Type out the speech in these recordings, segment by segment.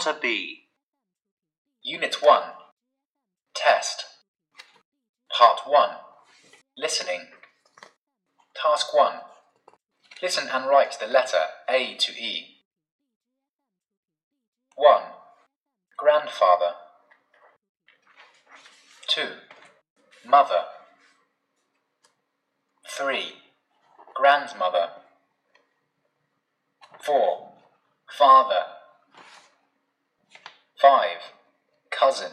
to be. Unit 1 Test Part 1 Listening Task 1 Listen and write the letter A to E. 1. Grandfather 2. Mother 3. Grandmother 4. Father 5. Cousin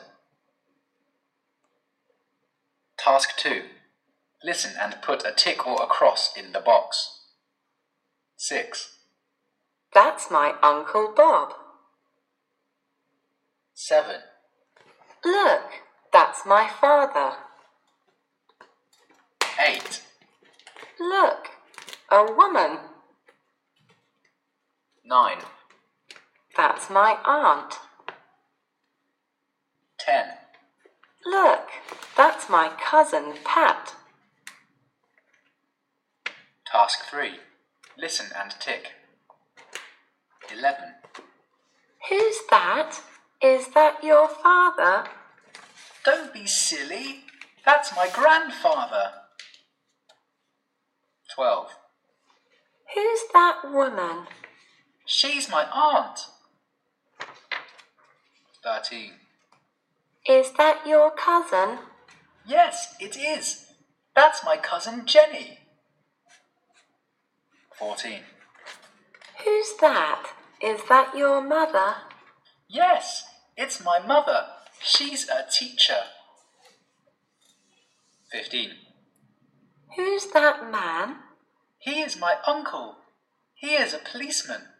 Task 2. Listen and put a tick or a cross in the box. 6. That's my Uncle Bob. 7. Look, that's my father. 8. Look, a woman. 9. That's my aunt. 10. Look, that's my cousin Pat. Task 3. Listen and tick. 11. Who's that? Is that your father? Don't be silly. That's my grandfather. 12. Who's that woman? She's my aunt. 13. Is that your cousin? Yes, it is. That's my cousin Jenny. 14. Who's that? Is that your mother? Yes, it's my mother. She's a teacher. 15. Who's that man? He is my uncle. He is a policeman.